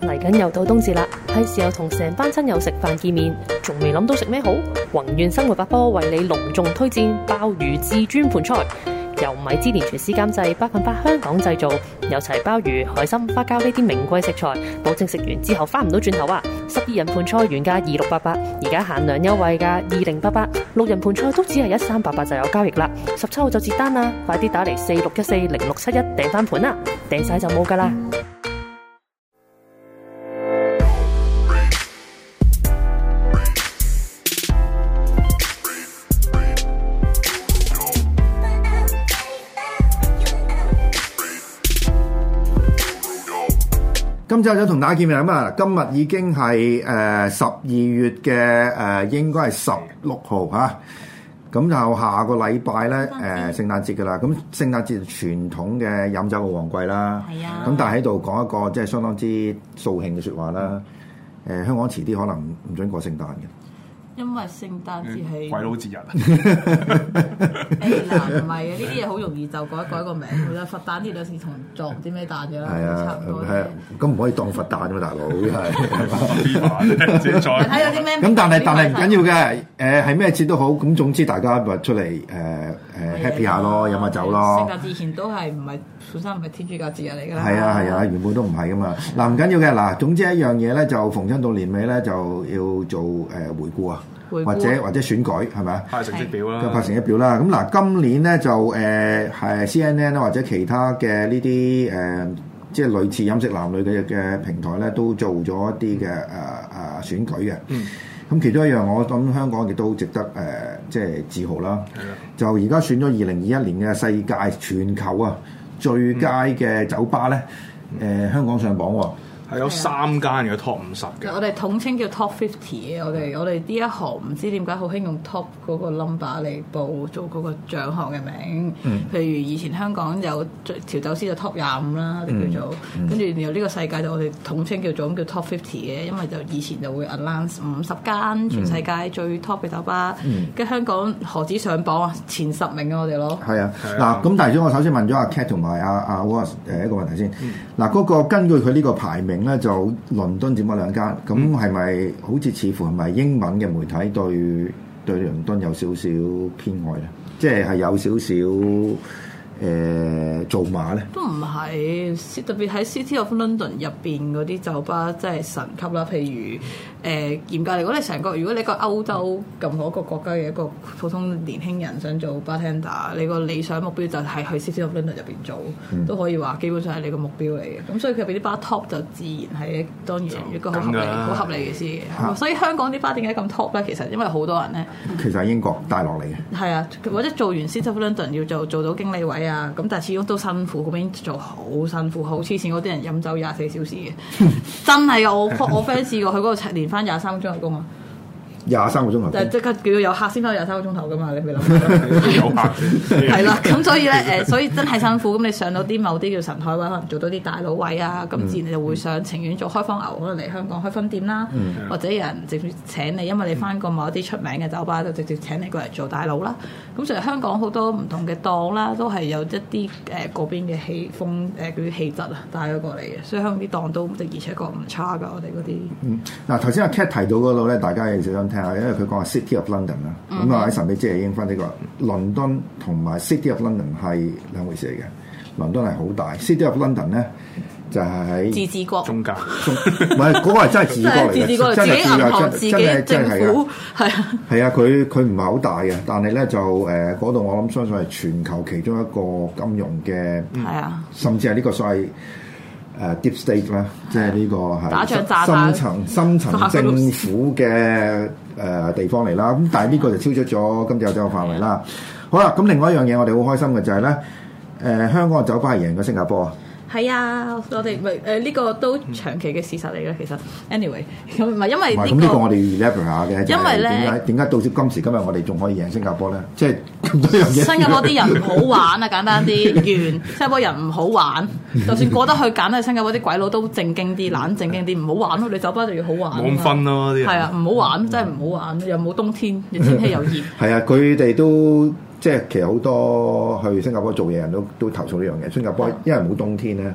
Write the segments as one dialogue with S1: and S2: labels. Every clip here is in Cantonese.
S1: 嚟緊又到冬至啦，係時候同成班親友食飯見面，仲未諗到食咩好？宏願生活百科為你隆重推薦鮑魚至尊盤菜，由米芝蓮廚師監製，百分百香港製造，有齊鮑魚、海參、花膠呢啲名貴食材，保證食完之後翻唔到轉頭啊！十二人盤菜原價二六八八，而家限量優惠價二零八八，六人盤菜都只係一三八八就有交易啦，十七號就截單啦，快啲打嚟四六一四零六七一訂翻盤啦，訂晒就冇噶啦！
S2: 今朝早同大家見面啦，咁啊，今日已經係誒十二月嘅誒、呃，應該係十六號嚇。咁就下個禮拜咧誒聖誕節㗎啦，咁聖誕節傳統嘅飲酒嘅旺季啦。
S3: 係啊
S2: 咁但係喺度講一個即係相當之掃興嘅説話啦。誒、香港遲啲可能唔準過聖誕嘅。
S3: 因為聖誕節係
S4: 鬼佬節日啊，
S3: 誒嗱，唔係嘅，呢啲嘢好容易就改一改個名㗎啦。佛誕呢兩時同撞唔知咩誕嘅啦，
S2: 係
S3: 差
S2: 啊
S3: 唔，多
S2: 係
S3: 啫
S2: 啊。，咁唔可以當佛誕㗎嘛，大佬 係。
S4: 自己
S3: 你睇
S4: 再
S3: 有啲咩？
S2: 咁但係但係唔緊要嘅，誒係咩節都好，咁總之大家咪出嚟誒誒 happy 下咯，飲下酒咯
S3: 啊聖。誕節以前都係唔係本身唔係天主教節日嚟㗎啦。
S2: 係啊係啊，原本都唔係噶嘛。嗱唔緊要嘅，嗱總之一樣嘢咧，就逢親到年尾咧就要做誒回顧啊，
S3: 回顧
S2: 或者或者選舉係咪啊？
S4: 派成績表
S2: 咁拍
S4: 啦，
S2: 成一表啦。咁嗱，今年咧就誒係 CNN 啊啦，或者其他嘅呢啲誒，即係類似飲食男女嘅嘅平台咧，都做咗一啲嘅誒誒選舉嘅。嗯。咁其中一樣，我諗香港亦都值得誒、呃即係自豪啦。就而家選咗二零二一年嘅世界全球啊最佳嘅酒吧咧，誒、香港上榜喎、
S4: 係有三間嘅 top 五十嘅，
S3: 我哋統稱叫 Top Fifty 嘅，我哋我哋呢一行唔知點解好興用 Top 嗰個 number 嚟報做嗰個獎項嘅名。譬如以前香港有調酒師就 Top 廿五啦，我哋叫做，跟住然後呢個世界就我哋統稱叫做咁叫 Top Fifty 嘅，因為就以前就會 announce 五十間全世界最 top 嘅酒吧，跟香港何止上榜啊，前十名啊我哋咯。
S2: 係啊，
S4: 係
S2: 嗱
S4: 啊
S2: 咁但係我首先問咗阿 Cat 同埋阿阿 Wallace 誒一個問題先。
S4: 嗯
S2: 嗱嗰個根據佢呢個排名咧，就倫敦佔咗兩間，咁
S4: 嗯
S2: 係咪好似似乎係咪英文嘅媒體對對倫敦有少少偏愛咧？即係係有少少誒做馬咧？
S3: 都唔係，特別喺 City of London 入邊嗰啲酒吧真係神級啦。譬如誒、呃、嚴格嚟講，你成個如果你個歐洲咁嗰個國家嘅一個普通年輕人想做 bartender，你個理想目標就係去 City of London 入邊做，都可以話基本上係你個目標嚟嘅。咁所以佢入邊啲 bar top 就自然係當然一個好合
S4: 梗
S3: 理、
S4: 㗎啦
S3: 好合理嘅事。所以香港啲 bar 點解咁 top 咧？其實因為好多人咧。
S2: 其實係英國帶落嚟嘅。
S3: 係啊，或者做完 City of London 要做做到經理位啊，咁但係始終都辛苦，嗰邊做好辛苦，好黐線嗰啲人飲酒廿四小時嘅，真係啊！我我 friend 試過去嗰度連翻廿三個鐘頭工啊，
S2: 廿三個鐘頭
S3: 就係即刻叫有客先翻廿三個鐘頭噶嘛，你咪諗。
S4: 有客
S3: 係 啦，咁所以咧誒，所以真係辛苦。咁你上到啲某啲叫神台位，可能做到啲大佬位啊，
S2: 嗯
S3: 咁自然你就會想情願做開荒牛，可能嚟香港開分店啦，
S2: 嗯
S3: 或者有人直接請你，因為你翻過某一啲出名嘅酒吧，就直接請你過嚟做大佬啦。咁所以香港好多唔同嘅檔啦，都係有一啲誒嗰邊嘅氣風誒嗰啲氣質啊帶咗過嚟嘅，所以香港啲檔都的而且確唔差噶，我哋嗰啲。
S2: 嗯嗱，頭先阿 Cat 提到嗰度咧，大家要小心聽下，因為佢講係 City of London 啦、咁啊喺神秘之夜已經分呢個倫敦同埋 City of London 係兩回事嚟嘅。倫敦係好大，City of London 咧就係
S3: 自
S2: 喺
S3: 治國。
S4: 中間
S2: 中唔係嗰個係真係自治
S3: 真
S2: 國嚟
S3: 係自治國，
S2: 嘅，
S3: 自
S2: 真
S3: 己
S2: 係
S3: 銀行、自
S2: 自治國，
S3: 己
S2: 真真係真
S3: 政
S2: 係嘅
S3: 府。，係啊，
S2: 係啊，佢佢唔係好大嘅，但係咧就誒嗰度我諗相信係全球其中一個金融嘅，
S3: 係啊。
S2: 甚至係呢個所謂。誒 deep state 啦，即係呢個係
S3: 打仗炸彈
S2: 深層深 層政府嘅誒、地方嚟啦。咁但係呢個就超出咗今次歐洲嘅範圍
S3: 啊
S2: 啦。好啦，咁另外一樣嘢我哋好開心嘅就係咧，誒香港嘅酒吧係贏過新加坡啊！
S3: 係啊，我哋咪誒呢個都
S4: 嗯
S3: 長期嘅事實嚟嘅，其實 anyway 咁唔係因為
S2: 唔係
S3: 呢、
S2: 咁呢個
S3: 個
S2: 我哋要 elaborate 下嘅，就
S3: 因為
S2: 係
S3: 咧
S2: 點解點解到今時今日我哋仲可以贏新加坡咧？即係咁多樣嘢。
S3: 新加坡啲人唔好 玩啊，簡單啲，完新加坡人唔好玩，就算過得去簡單，新加坡啲鬼佬都正經啲，懶正經啲，唔好玩咯，你酒吧就要好玩啊嘛，
S4: 冇咁分咯啲人
S3: 係啊，唔好玩，真係唔好玩，又冇冬天，又天氣又 熱。
S2: 係啊，佢哋都即係其實好多去新加坡做嘢人都都投訴呢樣嘢。新加坡因為冇冬天咧，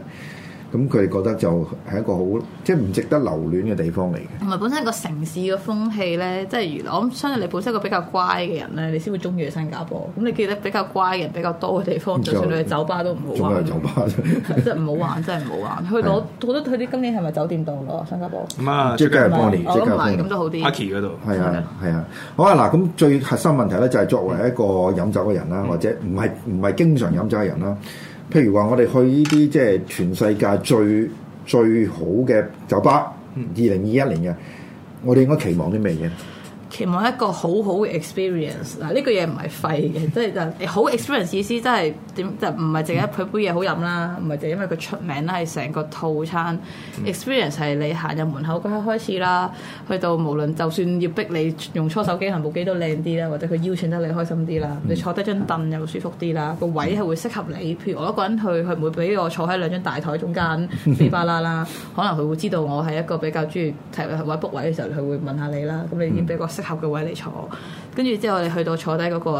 S2: 咁佢哋覺得就係一個好即係唔值得留戀嘅地方嚟嘅。
S3: 同埋本身個城市嘅風氣咧，即係娛樂，我諗相對你本身一個比較乖嘅人咧，你先會中意去新加坡。咁你記得比較乖嘅人比較多嘅地方，就算你去酒吧都唔好
S2: 做咩
S3: 玩，
S2: 去酒 吧啫？
S3: 真係唔好玩，真係唔好玩。去攞好多去啲今年係咪酒店度攞新加坡？
S4: 咁啊，
S2: 即係梗係幫
S3: 哦，
S2: 你，即係梗
S3: 咁唔
S2: 係幫
S3: 係
S2: 你
S3: 咁。都好啲。
S4: Aki 嗰度，
S2: 係啊，係啊，好啊嗱，咁最核心問題咧就係作為一個飲酒嘅人啦，或者唔係唔係經常飲酒嘅人啦，譬如話我哋去呢啲即係全世界最最好嘅酒吧，二零二一年嘅，我哋應該期望啲咩嘢呢？
S3: 期望一個好好嘅 experience 嗱，呢個嘢唔係廢嘅，即係就好 experience 意思即係點就唔係淨係佢杯嘢好飲啦，唔係淨係因為佢出名啦，係成個套餐
S2: 嗯
S3: experience 係你行入門口嗰刻開始啦，去到無論就算要逼你用搓手機行部機都靚啲啦，或者佢邀請得你開心啲啦，你坐低張凳又舒服啲啦，個位係會適合你。譬如我一個人去，佢唔會俾我坐喺兩張大台中間飛巴啦啦，可能佢會知道我係一個比較中意提位 book 位嘅時候，佢會問下你啦。咁你已經俾個適合嘅位你坐，跟住之後你去到坐低嗰、個、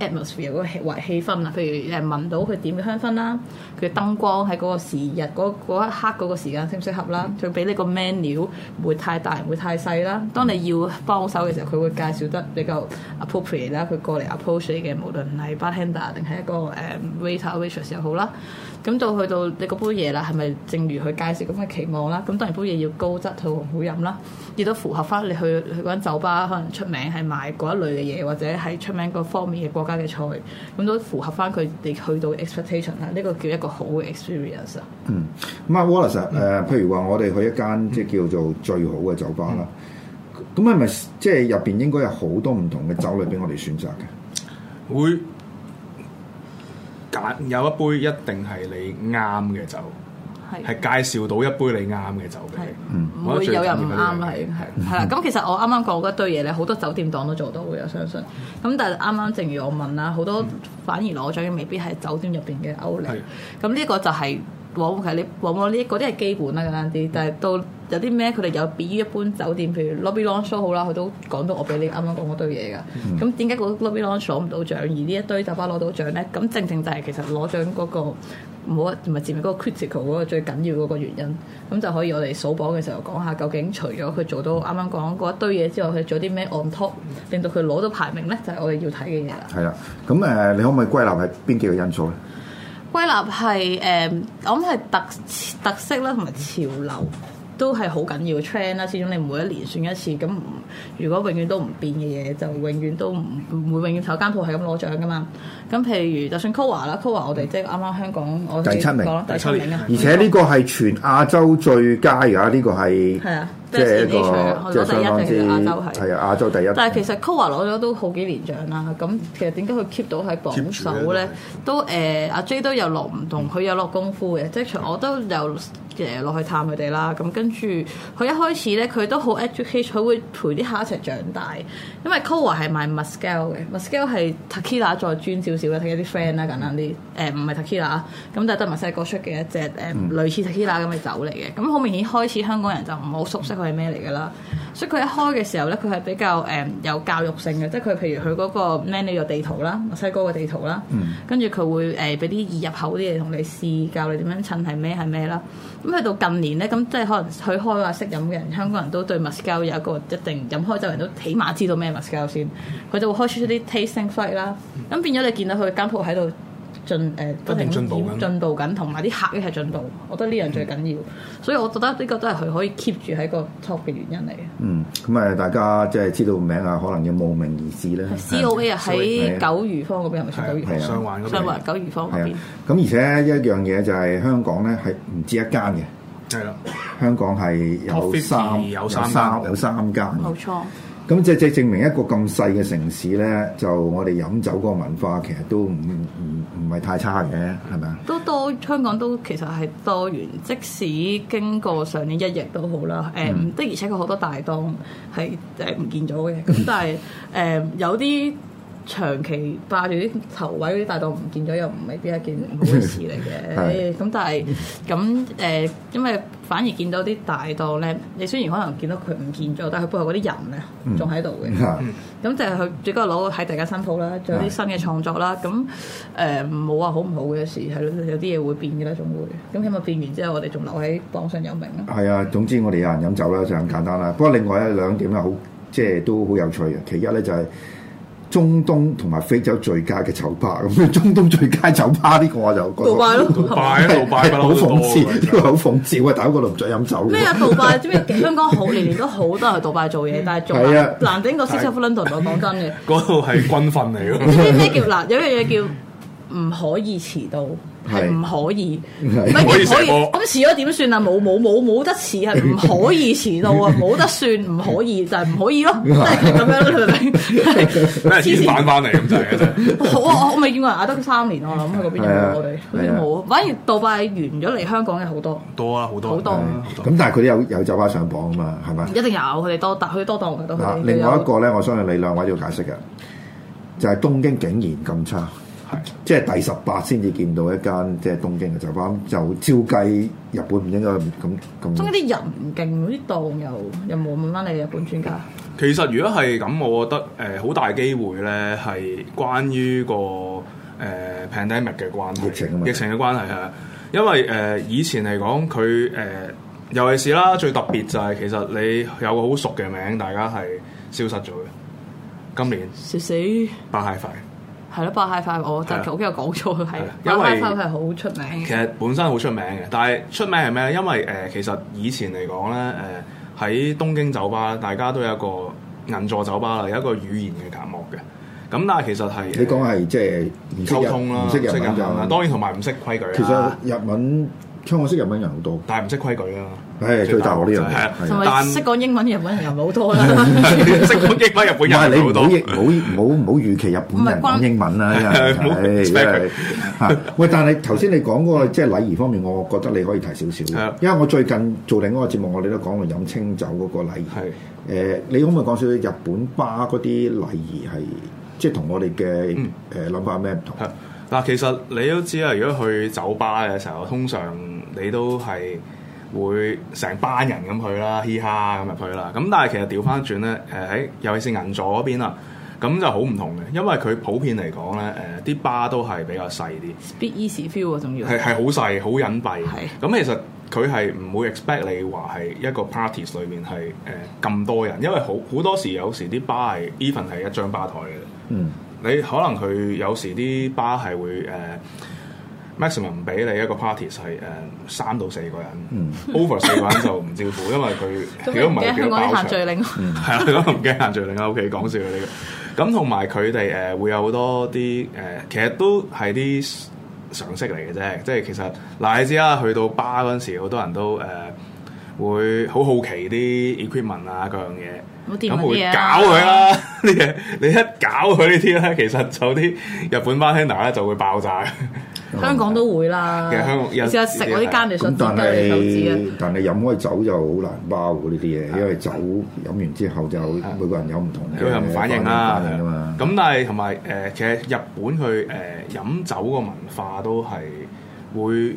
S3: 誒 atmosphere 嗰個氣或氣氛啦，啊譬如誒聞到佢點嘅香薰啦，佢燈光喺嗰個時日嗰嗰一刻嗰個時間適唔適合啦，佢俾你個 menu 唔會太大唔會太細啦。當你要幫手嘅時候，佢會介紹得比較 appropriate 啦，佢過嚟 approach 你嘅，無論係 bartender 定係一個誒、waiter waitress 又好啦。咁到去到你嗰杯嘢啦，係咪正如佢介紹咁嘅期望啦？咁當然杯嘢要高質同好飲啦，亦都符合翻你去 去嗰間酒吧可能出名係賣嗰一類嘅嘢，或者係出名嗰方面嘅國家嘅菜，咁都符合翻佢哋去到嘅 expectation 啦。呢個叫一個好嘅 experience 啊。
S2: 嗯，咁啊 Wallace 誒、譬如話我哋去一間即係叫做最好嘅酒吧啦，咁係咪即係入邊應該有好多唔同嘅酒類俾我哋選擇嘅？
S4: 會揀有一杯一定係你啱嘅酒，
S3: 係。
S4: 係介紹到一杯你啱嘅酒嗯俾
S3: 係
S4: 你。
S2: 嗯
S3: 唔會有人唔啱啊啦，係係係
S4: 嗯
S3: 啦。咁其實我啱啱講嗰堆嘢咧，好多酒店檔都做到嘅，我相信。咁但係啱啱正如我問啦，好多反而攞獎嘅未必係酒店入邊嘅歐力
S4: 係。
S3: 咁呢個就係往往係你往往呢嗰啲係基本啦簡單啲，但係到有啲咩佢哋有別於一般酒店，譬如 lobby lounge show 好啦，佢都講到我俾你啱啱講嗰堆嘢㗎。咁點解個 lobby lounge 攞唔到獎，而呢一堆酒吧攞到獎咧？咁正正就係其實攞獎嗰個唔好唔係前面嗰個 critical 嗰個最緊要嗰個原因，咁就可以我哋數榜嘅時候講下究竟除咗佢做到啱啱講嗰一堆嘢之外，佢做啲咩 on top，令到佢攞到排名咧，就係、我哋要睇嘅嘢啦。
S2: 係啦，咁誒、你可唔可以歸納係邊幾個因素咧？
S3: 歸納係誒、我諗係特特色啦，同埋潮流都係好緊要 trend 啦。始終你每一年選一次，咁唔如果永遠都唔變嘅嘢，就永遠都唔唔會永遠頭間鋪係咁攞獎噶嘛。咁譬如就算 Coa 啦，Coa 我哋即係啱啱香港我
S2: 第七名
S3: 講啦第七名啊，
S2: 而且呢個係全亞洲最佳㗎，呢、個係
S3: 係啊
S2: 即係一
S3: best in nature，
S2: 個
S3: 我
S2: 即係
S3: 攞第
S2: 相
S3: 一
S2: 當之
S3: 定係亞洲係
S2: 係啊亞洲第一。
S3: 但係其實 Koa 攞咗都好幾年獎啦，咁其實點解佢 keep 到喺榜首咧？都誒阿 J 都有落唔同，佢有落功夫嘅，即係除我都有誒落去探佢哋啦。咁跟住佢一開始咧，佢都好 educate，佢會陪啲客一齊長大。因為 Koa 係賣 Muscal 嘅，Muscal 係 Tequila 再專少少嘅，睇一啲 friend 啊啦，簡單啲誒唔係 Tequila，咁但係得墨西哥出嘅一隻誒類似 Tequila 咁嘅酒嚟嘅。咁好明顯開始香港人就唔好熟悉佢係咩嚟㗎啦。所以佢一開嘅時候咧，佢係比較誒、有教育性嘅，即係佢譬如佢嗰個 menu 有地圖啦，墨西哥嘅地圖啦，
S4: 嗯
S3: 跟住佢會誒俾啲易入口啲嘢同你試，教你點樣襯係咩係咩啦。咁去到近年咧，咁即係可能佢開話識飲嘅人，香港人都對 Muscal 有一個一定飲開酒人都起碼知道咩 Muscal 先，佢就會開出一啲 tasting flight 啦。咁變咗你見到佢間鋪喺度。進誒不停
S4: 不斷進步緊
S3: 進步緊，同埋啲客一係進步，我覺得呢樣最緊要，所以我覺得呢個都係佢可以 keep 住喺個 top 嘅原因嚟嘅。
S2: 嗯，咁誒大家即係知道名啊，可能要慕名而至啦。
S3: C O A 啊，
S2: 嗯係
S3: 喺九如坊嗰邊係咪算九如
S4: 係
S3: 坊？
S4: 啊上環嗰
S3: 上
S4: 邊
S3: 環九如坊嗰
S2: 係
S3: 邊
S2: 啊，咁而且一樣嘢就係香港咧係唔止一間嘅，
S4: 係啦，
S2: 香港係
S4: Top
S2: 有
S4: 50
S2: 三
S4: 有三
S2: 三
S4: 間
S2: 有三間嘅。
S3: 冇錯，
S2: 咁即係即係證明一個咁細嘅城市咧，就我哋飲酒嗰個文化其實都唔唔唔係太差嘅，係咪啊？
S3: 都多香港都其實係多元，即使經過上年一役都好啦。誒、的而且確好多大檔係誒唔見咗嘅，咁但係誒、有啲。長期霸住啲頭位嗰啲大檔唔見咗，又唔未必係一件唔好嘅事嚟
S2: 係
S3: 嘅。咁但係咁誒，因為反而見到啲大檔咧，你雖然可能見到佢唔見咗，但係佢背後嗰啲人咧仲喺度嘅。
S4: 嗯
S2: 嚇
S3: 咁就係佢最緊要攞喺大家新抱啦，仲有啲新嘅創作啦。咁誒冇話好唔好嘅事係咯，有啲嘢會變嘅啦，總會。咁起碼變完之後，我哋仲留喺榜上有名 啦。
S2: 係啊，總之我哋有人飲酒啦，就咁簡單啦。不過另外有兩點咧，好即係都好有趣嘅。其一咧就係、中東同埋非洲最佳嘅酒吧，咁 中東最佳酒吧呢個我就覺得
S3: 杜拜咯，
S4: 杜拜啊，杜拜 不
S2: 好
S4: 嬲都
S2: 諷
S4: 多
S2: 刺，呢個
S4: 嘅。
S2: 好諷刺喂！大佬嗰度唔准飲酒嘅
S3: 咩啊？杜拜知唔知 香港好年年都好多人去杜拜做嘢，但係做
S2: 係啊
S3: 難難頂過 Six of London 我講真嘅。
S4: 嗰度係軍訓嚟
S3: 知
S4: 嘅，
S3: 唔知咩叫 嗱？有一樣嘢叫唔可以遲到，係唔可以，
S2: 係
S3: 唔係
S4: 唔可
S3: 唔可
S4: 以射
S3: 以。
S4: 波
S3: 咁遲咗點算啊？冇冇冇冇得 遲係唔可以遲到啊！冇得算唔可以就係唔可以咯，即
S2: 啊
S3: 係咁樣咯，你明唔明？
S4: 俾人
S3: 黐
S4: 遣
S3: 線
S4: 返翻嚟咁滯嘅啫。
S3: 我我我未見過人捱得三年，我諗喺嗰邊有
S2: 係啊
S3: 冇我哋好似冇啊。反而杜拜完咗嚟香港嘅好多，
S4: 多 啊，好多
S3: 好多
S2: 咁哦但係佢哋有有酒吧上榜啊嘛，係咪？
S3: 一定有佢哋多，但佢哋多檔嘅都佢
S2: 嗱，
S3: 哋。
S2: 啊另外一個咧，我相信你兩位都要解釋嘅，就係、東京竟然咁差，
S4: 係
S2: 即係第十八先至見到一間即係東京嘅酒吧，咁就照計日本唔應該咁
S3: 中
S2: 咁
S3: 間啲人唔勁，啲檔又又冇問翻你日本專家。
S4: 其實如果係咁，我覺得誒好、大機會咧係關於個誒、呃 pandemic 嘅關係，
S2: 疫情啊嘛
S4: 疫情嘅關係係啊，因為誒、呃以前嚟講佢誒尤其是啦，最特別就係其實你有個好熟嘅名，大家係消失咗嘅。今年
S3: 笑死！係
S4: 百蟹快，
S3: 咯，白蟹塊我就
S4: 係啊啊
S3: 係屋企有講錯，係
S4: 因
S3: 白
S4: 為
S3: 蟹塊係好出名
S4: 其
S3: 嘅。
S4: 實本身好出名嘅，但係出名係咩咧？因為誒、呃其實以前嚟講咧誒喺東京酒吧，大家都有一個銀座酒吧啦，有一個語言嘅隔膜嘅。咁但係其實係
S2: 你講係即係唔識
S4: 溝
S2: 日
S4: 通啦，
S2: 唔識日
S4: 識
S2: 文
S4: 啦，
S2: 就
S4: 當然同埋唔識規矩
S2: 其實
S4: 啦。
S2: 日文香港識日文人好多，
S4: 但係唔識規矩 啊啦，
S2: 唉最大鑊呢樣嘢
S4: 係啊
S2: 係
S3: 同埋
S4: 但啊
S3: 識講英文嘅日本人又唔係好多啦，
S4: 識講英文日
S2: 唔
S4: 本
S2: 係
S4: 人
S2: 你
S4: 好
S2: 唔好
S4: 多，
S2: 預唔好唔好唔好預期日本人講英文啊 啦，因
S4: 唔好
S2: 為
S4: expect
S2: 因為嚇啊喂，但係頭先你講嗰個即係禮儀方面，我覺得你可以提少
S4: 係
S2: 少
S4: 啊，
S2: 因為我最近做另一個節目，我哋都講到飲清酒嗰個禮儀。
S4: 係
S2: 誒、你可唔可以講少少日本巴嗰啲禮儀係，即係同我哋嘅
S4: 嗯
S2: 誒諗法有咩唔同？
S4: 係嗱，其實你都知啦，啊如果去酒吧嘅時候，通常你都係會成班人咁去啦，嘻哈咁入去啦。咁但係其實調翻轉咧，誒喺尤其是銀座嗰邊啊，咁就好唔同嘅，因為佢普遍嚟講咧，誒啲吧都係比較細啲。
S3: speak easy feel 啊，仲要
S4: 係係好細好隱蔽
S3: 係。
S4: 咁其實佢係唔會 expect 你話係一個 parties 裏面係誒咁多人，因為好好多時有時啲吧係 even 係一張吧台嘅。
S2: 嗯，
S4: 你可能佢有時啲吧係會誒、呃 maximum 俾你一個 parties 係誒呃三到四個人、o v e r 四個人就唔照顧，因為
S3: 咁
S4: 佢
S3: 你
S4: 如
S3: 唔
S4: 果
S3: 驚香港啲
S4: 唔係叫包場
S3: 限。聚
S2: 哦
S3: 令？
S4: 係啦，咁唔驚限聚令啦，OK，講笑呢個。咁同埋佢哋誒呃會有好多啲誒、呃其實都係啲常識嚟嘅啫。即係其實嗱，你知啦，去到巴嗰陣時，好多人都誒、呃、會好好奇啲 equipment 啊各樣嘢。
S3: 冇掂嗰
S4: 咁
S3: 啲
S4: 會
S3: 嘢
S4: 搞
S3: 啊
S4: 佢啦，啲嘢你一搞佢呢啲咧，其實就啲日本 bartender 咧就會爆炸嘅。
S3: 香港都會啦。
S4: 其實香港有
S3: 試下食嗰啲間地
S2: 咁
S3: 上
S2: 但
S3: 尖雞手指
S2: 係但係飲開酒啊就好難包嘅呢啲嘢，因為酒飲完之後就每個人有唔同嘅
S4: 佢又唔反應啦
S2: 反應㗎嘛。。
S4: 咁但係同埋誒，其實日本佢誒、呃、飲酒個文化都係會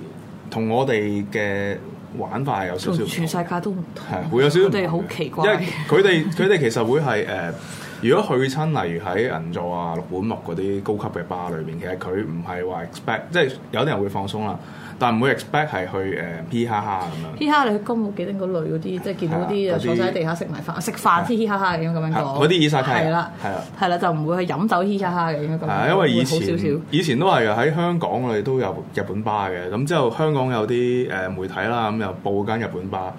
S4: 同我哋嘅玩法係有
S3: 啊，
S4: 少少
S3: 同
S4: 唔
S3: 全世
S4: 同，
S3: 界都唔同。
S4: 係啊會有少少
S3: 佢
S4: 唔同嘅
S3: 哋好奇
S4: 因
S3: 怪
S4: 為。佢哋佢哋其實會係誒、呃如果去親例如喺銀座啊、六本木嗰啲高級嘅巴裏邊，其實佢唔係話 expect，即係有啲人會放鬆啦，但唔會 expect 係去誒、呃、嘻哈哈咁樣。
S3: 嘻哈你去歌舞伎町嗰類嗰啲，即係見到啲
S4: 係啊
S3: 就
S4: 嗰啲啊
S3: 坐晒喺地下食埋飯，食飯先嘻哈哈嘅應該咁樣
S4: 係
S3: 講。
S4: 嗰啲伊薩卡
S3: 係啦，
S4: 係啦
S3: 係啦，就唔會去飲酒嘻哈哈嘅應該咁樣
S4: 係啊
S3: 講。
S4: 因為以
S3: 會好少少
S4: 前以前都係嘅喺香港，我哋都有日本巴嘅。咁之後香港有啲誒媒體啦，咁又報間日本巴。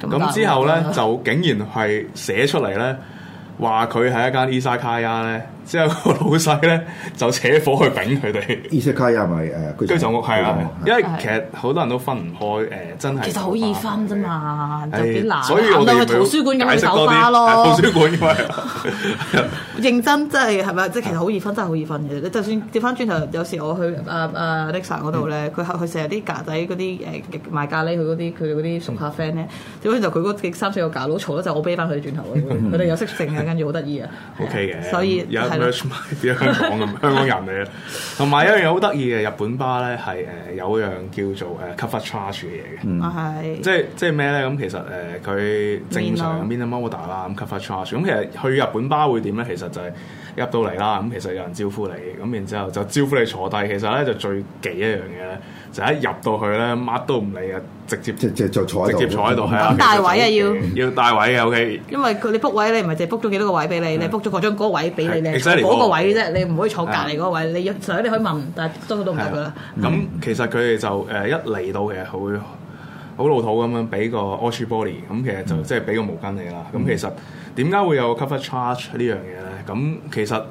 S4: 咁之後咧就竟然係寫出嚟咧，話佢係一間伊莎卡亞咧。之後個老細咧就扯火去丙佢哋
S2: 伊斯卡啊係咪呃誒
S4: 居酒屋係啊，因為
S3: 係
S4: 其實好多人都分唔開誒，真係啊
S3: 其實好易分啫。嘛，就幾難。
S4: 係所以我哋
S3: 行到去圖書館咁
S4: 解
S3: 去
S4: 釋
S3: 酒
S4: 多
S3: 吧
S4: 啲
S3: 咯
S4: 係。圖書館咁樣。
S3: 認真真係係咪？即係其實好易分，真係好易分嘅。你就算調翻轉頭，有時我去啊啊 Alexa 嗰度
S4: 嗯
S3: 咧，佢佢成日啲架仔嗰啲誒賣咖喱，佢嗰啲 佢哋嗰啲熟客 friend 咧，調翻轉頭佢嗰幾三四個架佬嘈咧，就我啤翻佢哋轉頭嘅。佢哋有識性嘅，間要好得意啊。係啊
S4: OK 嘅，嗯
S3: 所以
S4: 有
S3: 係咯
S4: merch 賣啲香港咁香港人嚟嘅，同埋一樣嘢好得意嘅，日本巴咧係誒有一樣叫做誒 cover charge 嘅嘢嘅。
S3: 啊係
S4: 嗯即係即係咩咧？咁其實誒佢、正常
S3: Minimum
S4: minimum order 啦，咁 cover charge。咁其實去日本巴會點咧？其實就係入到嚟啦，咁其實有人招呼你，咁然之後就招呼你坐低。其實咧就最忌一樣嘢咧，就係一入到去咧，乜都唔理啊，直接
S2: 即即就坐喺
S4: 直
S2: 度，
S4: 接坐喺度，係啊，
S3: 等大位啊
S4: 其實就要大位嘅，OK。啊
S3: 因為佢你 book 位，你唔係淨係 book 咗幾多個位俾你，你 book 咗嗰張嗰個位俾你，
S4: 係
S3: 你坐
S4: exactly
S3: 嗰個
S4: 嗰個啊
S3: 位啫，你唔可以坐隔離嗰個位。你要想你可以問，但係多數都唔得
S4: 係
S3: 噶啦嗯
S4: 啊。咁其實佢哋就誒、一嚟到其實會好老土咁樣俾個 o s h i b o d y 咁其實
S3: 嗯
S4: 就即係俾個毛巾你啦。咁其實點解會有個 cover charge 呢樣嘢咧？咁其實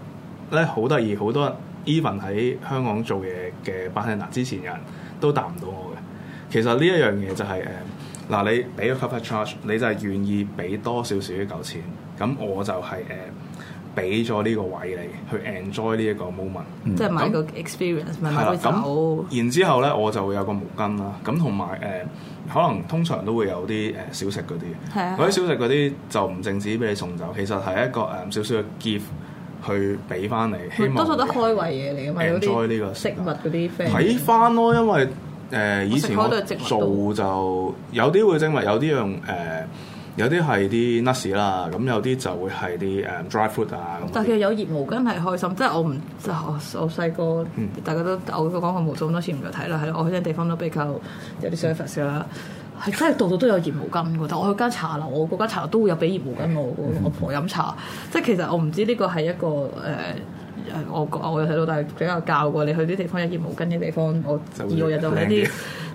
S4: 咧好得意，好多人 even 喺香港做嘢嘅 bartender 之前有人都答唔到我嘅。其實呢一樣嘢就係、誒。呃嗱，你俾個 cover charge，你就係願意俾多少少一嚿錢，咁我就係誒呃俾咗呢個位你去 enjoy 呢一個 moment。
S3: 即係買個 experience，咪
S4: 嗯係
S3: 買
S4: 啦
S3: 杯，酒。
S4: 咁然之後咧，我就會有個毛巾啦，咁同埋誒，可能通常都會有啲誒、小食嗰啲，
S3: 係啊
S4: 嗰啲小食嗰啲就唔淨止俾你送走，其實係一個誒、少少嘅 gift 去俾翻你，希望
S3: 多數都開胃嘢嚟噶嘛，有
S4: enjoy 呢
S3: 啲
S4: 個
S3: 食物嗰啲 friend。
S4: 睇翻咯，因為誒、以前
S3: 我食開
S4: 我
S3: 都係植物
S4: 做就有啲會精密，有啲用誒。有啲係啲 nuts 啦，咁有啲就會係啲誒 dry food 啊咁嗰啲。
S3: 但係其實有熱毛巾係開心，即係我唔即係我我細個，
S4: 嗯
S3: 大家都我都講過無數咁多次唔再睇啦，係咯，我去啲地方都比較有
S4: 嗯
S3: 啲 service 㗎啦。係真係度度都有熱毛巾㗎，但我去間茶樓，我嗰間茶樓都會有俾熱毛巾我
S4: 嗯
S3: 㗎，我婆飲茶，即係其實我唔知呢個係一個誒。誒我我有睇到，但係比較教過你去啲地方有熱毛巾嘅地方，我
S4: 就會
S3: 以我人就係一啲
S4: 靚啲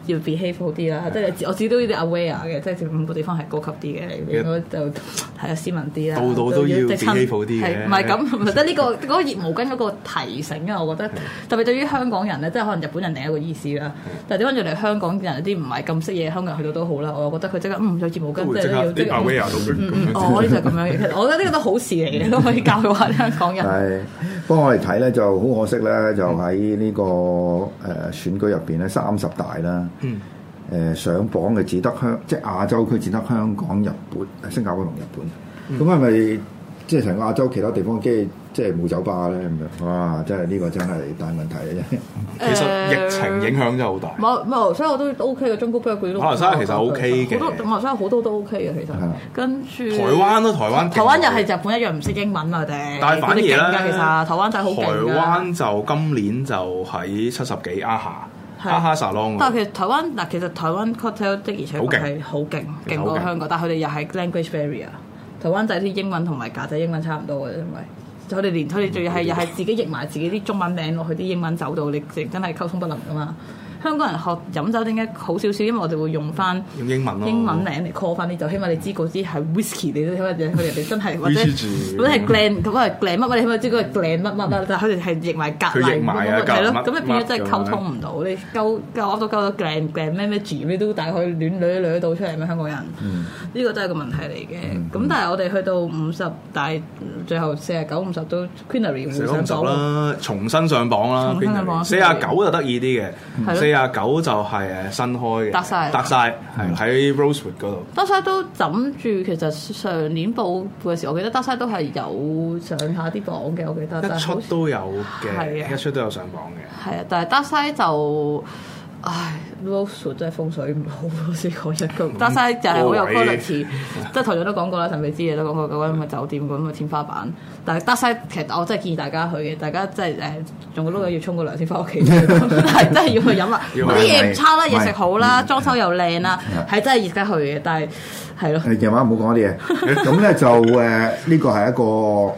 S3: 要 behave 好啲啦，即係我自己都要啲 aware 嘅，即係五個地方係高級啲嘅，你應該就係啊斯文啲啦。
S4: 到到都要
S3: 即係親
S4: behave 好啲嘅
S3: 係唔係咁， 唔係得呢個嗰個熱毛巾嗰個提醒啊，我覺得特別對於香港人咧，即係可能日本人另一個意思啦。但係點解要嚟香港人有啲唔係咁識嘢，香港人去到都好啦，我覺得佢即刻嗯有熱毛
S4: 都
S3: 巾，
S4: 會
S3: 即係
S4: 即
S3: 要
S4: 刻啊
S3: 即
S4: 啲
S3: 刻
S4: aware 到佢
S3: 嗯
S4: 咁
S3: 嗯
S4: 樣
S3: 哦，呢就係咁樣嘅。其實我覺得呢個都好事嚟
S4: 嗯
S3: 嘅，都可以教育下啲香港人。
S2: 係，不過我哋睇咧就好可惜咧，就喺呢、個誒、呃、選舉入邊咧，三十大啦，誒、
S4: 嗯
S2: 上榜嘅只得香，即係亞洲區只得香港、日本、新加坡同日
S4: 嗯
S2: 本。咁係咪即係成個亞洲其他地方即係即係冇酒吧咧咁樣？哇！真係呢、個真係大問題嘅啫。
S3: 嗯
S4: 其實疫情影響真係好大。
S3: 馬馬來西亞都 O K 嘅，中高比佢都
S4: 馬來西亞其實 OK 嘅
S3: 好多馬來西亞好多都 O K 嘅其實
S2: 係啊。
S3: 跟住
S4: 台灣咯，台灣勁
S3: 台灣又係日本一樣唔識英文啊！我哋
S4: 但係反而
S3: 佢哋
S4: 咧，
S3: 勁㗎其實台灣仔好勁
S4: 台
S3: 㗎
S4: 灣就今年就喺七十幾阿下
S3: 係
S4: 阿下 salon
S3: 但
S4: 嗰
S3: 係其實台灣嗱，其實台灣 cocktail 的而且
S4: 好
S3: 確
S4: 勁
S3: 係好勁，
S4: 其實
S3: 勁
S4: 好
S3: 過
S4: 勁
S3: 香港，但係佢哋又係 language barrier。台灣仔啲英文同埋架仔英文差唔多嘅，因為佢哋
S4: 嗯
S3: 連佢哋仲要係又係自己譯埋自己啲中文名落去啲英文酒度，你直真係溝通不能噶嘛。香港人學飲酒點解好少少？因為我哋會用翻。
S4: 用英文咯，
S3: 英文名嚟 call 翻啲酒，起碼你知嗰支係 whisky 你都起碼 佢哋你真係或者
S4: Whisky
S3: 或者係 glen 咁啊 glen 乜乜，你起碼知嗰個 glen 乜乜啦，但係佢哋係譯埋隔
S4: 嗯佢譯埋啊
S3: 係咯，
S4: 隔
S3: 咁
S4: 離乜
S3: 你變咗真係溝
S4: 乜咁
S3: 通唔到，你溝溝都溝到 glen glen 咩咩 G 咩都大概亂捋捋到出嚟咩香港人，
S4: 嗯
S3: 呢個都係個問題嚟嘅。咁但係我哋去到五十，但係最後四十九五十都 Queenery
S4: 四
S3: 互相
S4: 九五十
S3: 走啦。
S4: 啦，重新上榜啦
S3: 重新上榜，
S4: 四廿九就得意啲
S3: 係
S4: 嘅，
S3: 咯
S4: 四廿九就係誒新開嘅，
S3: 搭晒
S4: 搭晒
S2: 嗯
S4: 係喺 Rosewood 嗰度。
S3: 德西都枕住，其實上年報嘅時候，我記得德西都係有上下啲榜嘅，我記得。但
S4: 一
S3: 係好
S4: 出
S3: 似
S4: 都有
S3: 係啊
S4: 嘅，一出都有上榜嘅。
S3: 係啊，但係德西就唉 r o s e 真係風水唔好，我先講一句。德西就係好有
S4: 高位
S3: quality，即係台長都講過啦，陳美芝嘢都講過嗰間咁嘅酒店嗰咁嘅天花板。但係德西其實我真係建議大家去嘅，大家真係誒用個碌柚要沖個涼先翻屋企，係真係要去飲啦。
S4: 要
S3: 嗰
S4: 去
S3: 啲嘢唔差啦，
S2: 買
S3: 嘢食好啦，裝修又靚啦，
S2: 係
S3: 係真係熱得去嘅。但係係咯，
S2: 誒夜晚唔好講啲嘢。 咁咧就誒呢個係一個誒、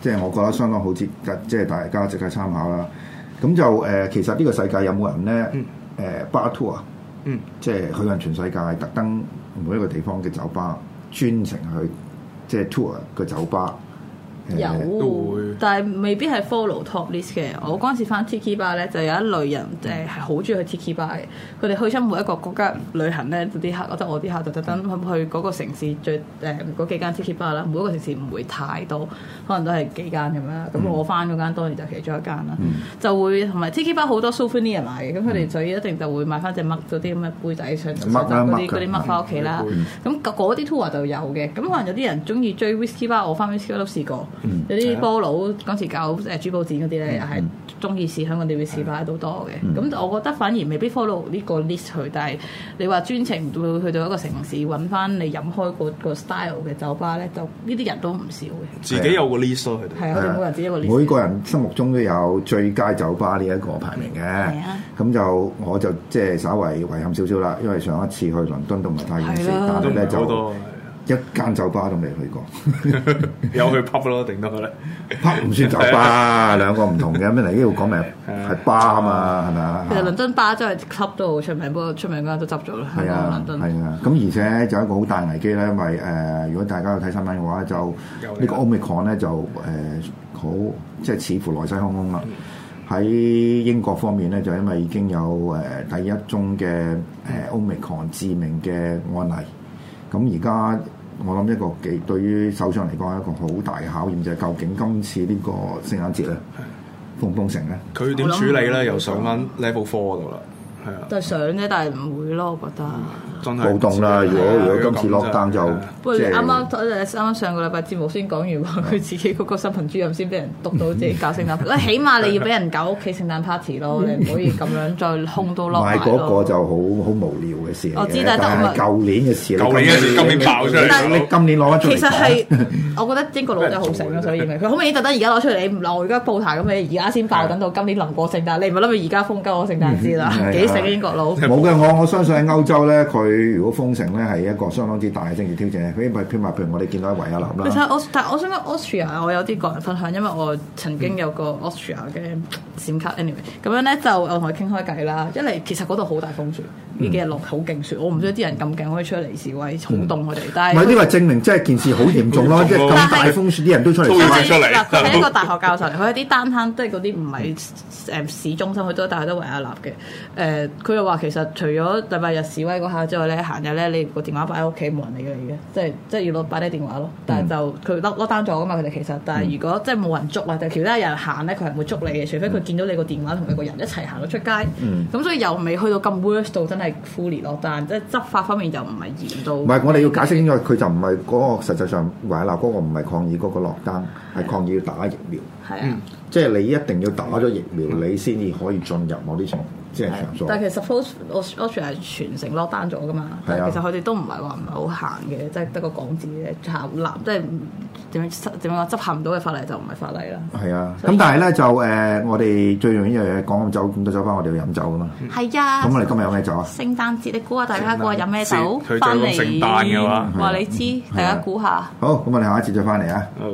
S2: 即係我覺得相當好值得，即係大家值得參考啦。咁就誒、其實呢個世界有冇人咧誒、bar tour 啊？
S4: 嗯，
S2: 即係去緊全世界，特登每一個地方嘅酒吧，專程去即係 tour 個酒吧，誒、
S3: 有
S4: 會，
S3: 但係未必係 follow top list 嘅。我嗰陣時翻 Tiki bar 咧，就有一類人誒係好中意去 Tiki bar 嘅。佢哋去親每一個國家旅行咧，啲客，我覺得我啲客就特登去嗰個城市最誒嗰幾間 Tiki bar 啦。每一個城市唔會太多，可能都係幾間咁樣啦。咁我翻嗰間當然就其中一間啦，就會同埋 Tiki bar 好多 souvenir 買嘅，咁佢哋就一定就會買翻隻乜嗰啲咁嘅杯仔上
S2: 乜啊
S3: 嗰啲
S2: 乜嘅
S3: 嗰啲乜翻屋企啦。咁嗰啲 tour 就有嘅，咁可能有啲人中意追 whisky bar，我翻 whisky bar 都試過，
S2: 嗯
S3: 有啲
S2: 啊
S3: 波佬嗰時搞誒珠寶展嗰啲咧，又係中意試香港啲 whisky bar 都多嘅。
S2: 嗯
S3: 咁、我覺得反而未必 follow 呢個 list 去，但係你話專程會去到一個城市揾翻你飲開個個 style 嘅酒吧咧，就呢啲人都唔少嘅。
S4: 自己有個 list 咯，佢哋。
S3: 係啊，我哋每人自己一個 list。
S2: 每個人心目中都有最佳酒吧呢一個排名嘅
S3: 啊，
S2: 咁就我就即係稍為遺憾少少啦，因為上一次去倫敦都唔係太遠事
S3: 係，啦
S2: 但係咧
S4: 都唔係好
S2: 就
S4: 多
S2: 一間酒吧都未去過。
S4: 有去 pub 咯，定到佢咧。
S2: pub 唔算酒 吧，兩個唔同嘅。咩嚟？呢度講明係巴啊嘛，係咪啊？
S3: 其實倫敦巴真係 club 都好出名，不過出名嗰間都執咗啦。香
S2: 係啊
S3: 港倫，敦
S2: 係啊。咁而且就有一個好大危機咧，因為誒、呃如果大家有睇新聞嘅話，就
S4: 又嚟
S2: 呢個 Omicron 咧就誒、呃好，即係似乎來勢洶洶
S4: 嗯
S2: 啦。喺英國方面咧，就因為已經有誒、第一宗嘅誒 Omicron 致命嘅案例，咁而家。我諗一個幾對於首相嚟講係一個好大嘅考驗，就係、究竟今次呢個聖誕節啊咧封唔封城咧？
S4: 佢點處理咧？又上翻 level four 度啦，係啊，
S3: 都係想啫，但係唔會咯，我覺得。
S4: 真係啊
S2: 暴動啦！如果如果今次落單就
S3: 不過你
S2: 即係
S3: 啱啱啱啱上個禮拜節目先講完話，佢自己嗰個新聞主任先俾人督到自己搞聖誕 喂，起碼你要俾人搞屋企聖誕 party 咯，你唔可以咁樣再空到落
S2: 買
S3: 埋
S2: 嗰個
S3: 咯。
S2: 就好好無聊嘅事嚟嘅
S3: 我知但係
S2: 但係
S3: 得
S2: 舊年嘅事，
S4: 舊年嘅事今年爆出嚟
S2: 你今年攞翻出嚟
S3: 其實
S2: 講
S3: 係， 我覺得英國佬真係好醒咯，所以咪佢好明顯特登而家攞出嚟，你唔鬧我而家報台咁，你而家先爆，等到今年臨過聖誕，你唔係諗住而家封鳩我聖誕節啦
S2: 嗯係啊，
S3: 幾醒英國佬。
S2: 冇嘅，我我相信喺歐洲咧，佢如果封城咧係一個相當之大嘅政治挑戰。譬如譬如話譬如我哋見到喺維也納
S3: 其
S2: 啦，
S3: 實我，但係我想講 Austria，我有啲個人分享，因為我曾經有個 Austria 嘅閃卡，anyway，咁樣咧就我同佢傾開偈啦。一嚟其實嗰度好大風雪，呢幾日落好勁雪，我唔知啲人咁勁可以出嚟示威，好凍佢哋。但
S2: 唔
S3: 係
S2: 係呢個係證明即係件事好嚴重咯，
S4: 好嚴
S2: 即
S4: 重
S2: 係
S4: 咯
S2: 咁大風雪啲人都出嚟
S4: 都要
S2: 玩
S4: 出嚟
S3: 嗱，佢 係一個大學教授嚟，佢有啲單攤，即係嗰啲唔係誒市中心，佢都但係都維也納嘅。誒、佢又話其實除咗禮拜日示威嗰下之外咧，閒日咧你個電話擺喺屋企冇人理你嘅，即係即係要攞擺低電話咯。但係就佢落落單咗噶嘛，佢哋其實，但係如果即係冇人捉或者其他人行咧，佢係唔會捉你嘅，除非佢見到你個電話同你個人一齊行咗出街。咁、
S4: 嗯
S3: 所以又未去到咁 worst 到真係 fully 落單，即係執法方面又唔係嚴到。
S2: 唔係，我哋要解釋應該佢就唔係嗰個實際上維也納嗰個唔係抗議嗰個落單，係抗議要打疫苗。
S3: 係啊。
S2: 即係你一定要打咗疫苗，你先至可以進入某啲場即係場所。
S3: 但係其實 suppose Aus- Austria 係全城 lock down 咗噶嘛，但係其實佢哋都唔係話唔係好行嘅，即係得個講字嘅，行立即係點樣點樣講執行唔到嘅法例就唔係法例啦。
S2: 係啊，
S3: 所以
S2: 咁但係咧就誒、呃我哋最容易一樣嘢講咁酒咁多酒吧，我哋要飲酒噶嘛。
S3: 係啊，
S2: 咁我哋今日有咩酒啊？
S3: 聖誕節你估下大家過去飲咩
S4: 聖誕
S3: 酒
S4: 節佢？
S3: 翻
S4: 就咁聖誕嘅話
S3: 嚟話你知，大家估下。
S2: 好，咁我哋下一節再翻嚟啊。
S4: 好